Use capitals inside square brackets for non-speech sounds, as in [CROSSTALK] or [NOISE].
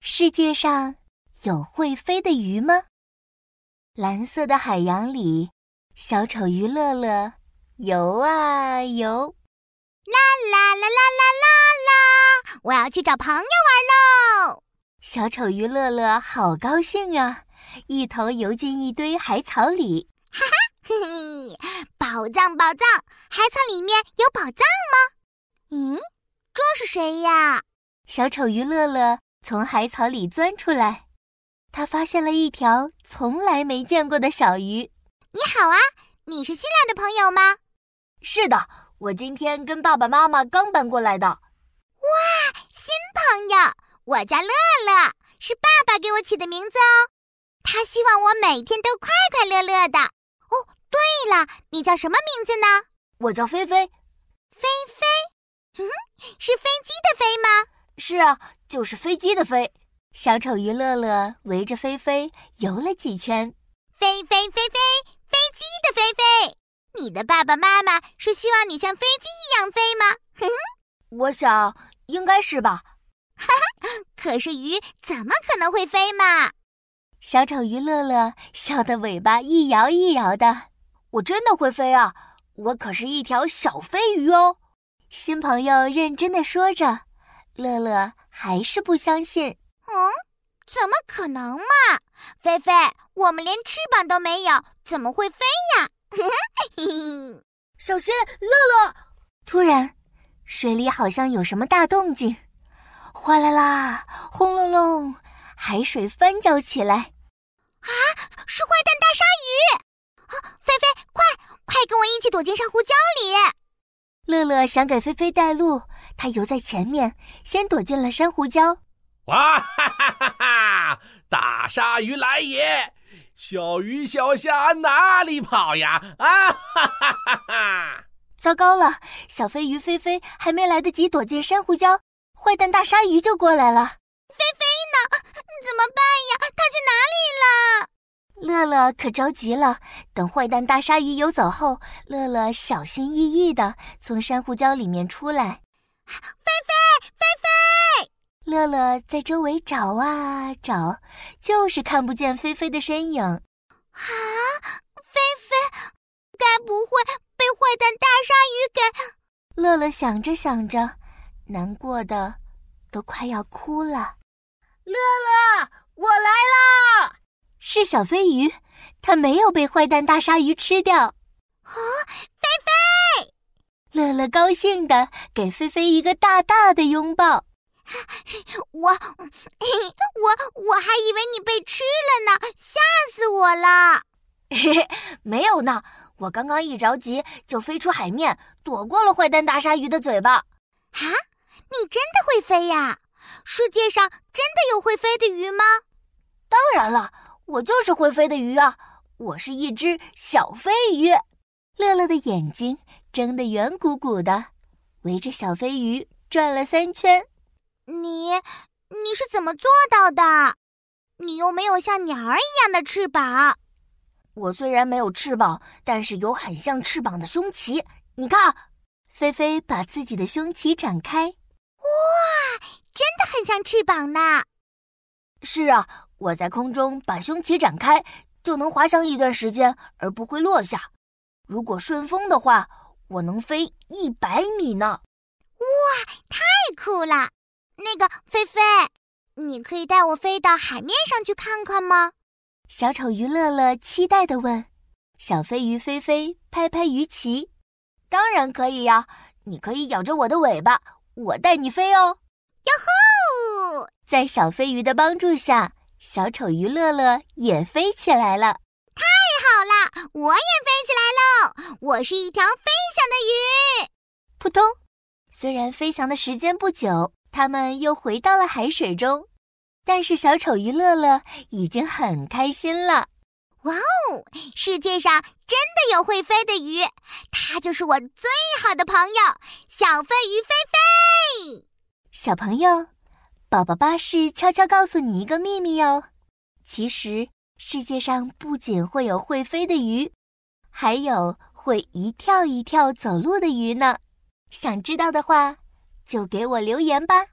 世界上有会飞的鱼吗？蓝色的海洋里，小丑鱼乐乐游啊游。啦啦啦啦啦啦！我要去找朋友玩喽！小丑鱼乐乐好高兴啊，一头游进一堆海草里。嘿嘿，宝藏宝藏，海草里面有宝藏吗？咦，这是谁呀？小丑鱼乐乐从海草里钻出来，他发现了一条从来没见过的小鱼。你好啊，你是新来的朋友吗？是的，我今天跟爸爸妈妈刚搬过来的。新朋友，我叫乐乐，是爸爸给我起的名字哦。他希望我每天都快快乐乐的。哦，对了，你叫什么名字呢？我叫菲菲。是飞机的飞吗？是啊，就是飞机的飞。小丑鱼乐乐围着菲菲游了几圈。飞飞飞飞，飞机的飞飞。你的爸爸妈妈是希望你像飞机一样飞吗？ [LAUGHS] 我想应该是吧。可是鱼怎么可能会飞嘛？小丑鱼乐乐笑得尾巴一摇一摇的。我真的会飞啊！我可是一条小飞鱼哦。新朋友认真的说着，乐乐还是不相信。嗯，怎么可能嘛？菲菲，我们连翅膀都没有，怎么会飞呀？ [LAUGHS] 嘿嘿，小心！突然，水里好像有什么大动静，哗啦啦，轰隆隆，海水翻搅起来。是坏蛋大鲨鱼！啊，菲菲，快快跟我一起躲进珊瑚礁里！乐乐想给菲菲带路，他游在前面，先躲进了珊瑚礁。哇哈哈哈哈！大鲨鱼来也，小鱼小虾哪里跑呀？啊哈哈哈哈！糟糕了，小飞鱼菲菲还没来得及躲进珊瑚礁，坏蛋大鲨鱼就过来了。怎么办呀？它去哪里了？乐乐可着急了。等坏蛋大鲨鱼游走后，乐乐小心翼翼地从珊瑚礁里面出来。菲菲，菲菲！乐乐在周围找啊找，就是看不见菲菲的身影。啊，菲菲，该不会被坏蛋大鲨鱼给……乐乐想着想着，难过的都快要哭了。我来是小飞鱼，它没有被坏蛋大鲨鱼吃掉。哦乐乐高兴地给菲菲一个大大的拥抱。我， [LAUGHS] 我我还以为你被吃了呢，吓死我了！啊了！没有呢，我刚刚一着急就飞出海面，躲过了坏蛋大鲨鱼的嘴巴。你真的会飞呀？世界上真的有会飞的鱼吗？当然了，我就是会飞的鱼啊！我是一只小飞鱼。乐乐的眼睛睁得圆鼓鼓的，围着小飞鱼转了三圈。你你是怎么做到的？你又没有像鸟儿一样的翅膀。我虽然没有翅膀，但是有很像翅膀的胸鳍。你看，菲菲把自己的胸鳍展开，真的很像翅膀呢。是啊，我在空中把胸鳍展开，就能滑翔一段时间而不会落下。如果顺风的话，我能飞一百米呢。太酷了！那个菲菲，你可以带我飞到海面上去看看吗？小丑鱼乐乐期待地问：“小飞鱼菲菲，拍拍鱼鳍，当然可以呀、你可以咬着我的尾巴，我带你飞哦。哦，在小飞鱼的帮助下，小丑鱼乐乐也飞起来了。好了，我也飞起来喽！我是一条飞翔的鱼。扑通！虽然飞翔的时间不久，它们又回到了海水中，但是小丑鱼乐乐已经很开心了。世界上真的有会飞的鱼，它就是我最好的朋友——小飞鱼菲菲。小朋友，宝宝巴士悄悄告诉你一个秘密哟、其实世界上不仅会有会飞的鱼，还有会一跳一跳走路的鱼呢。想知道的话，就给我留言吧。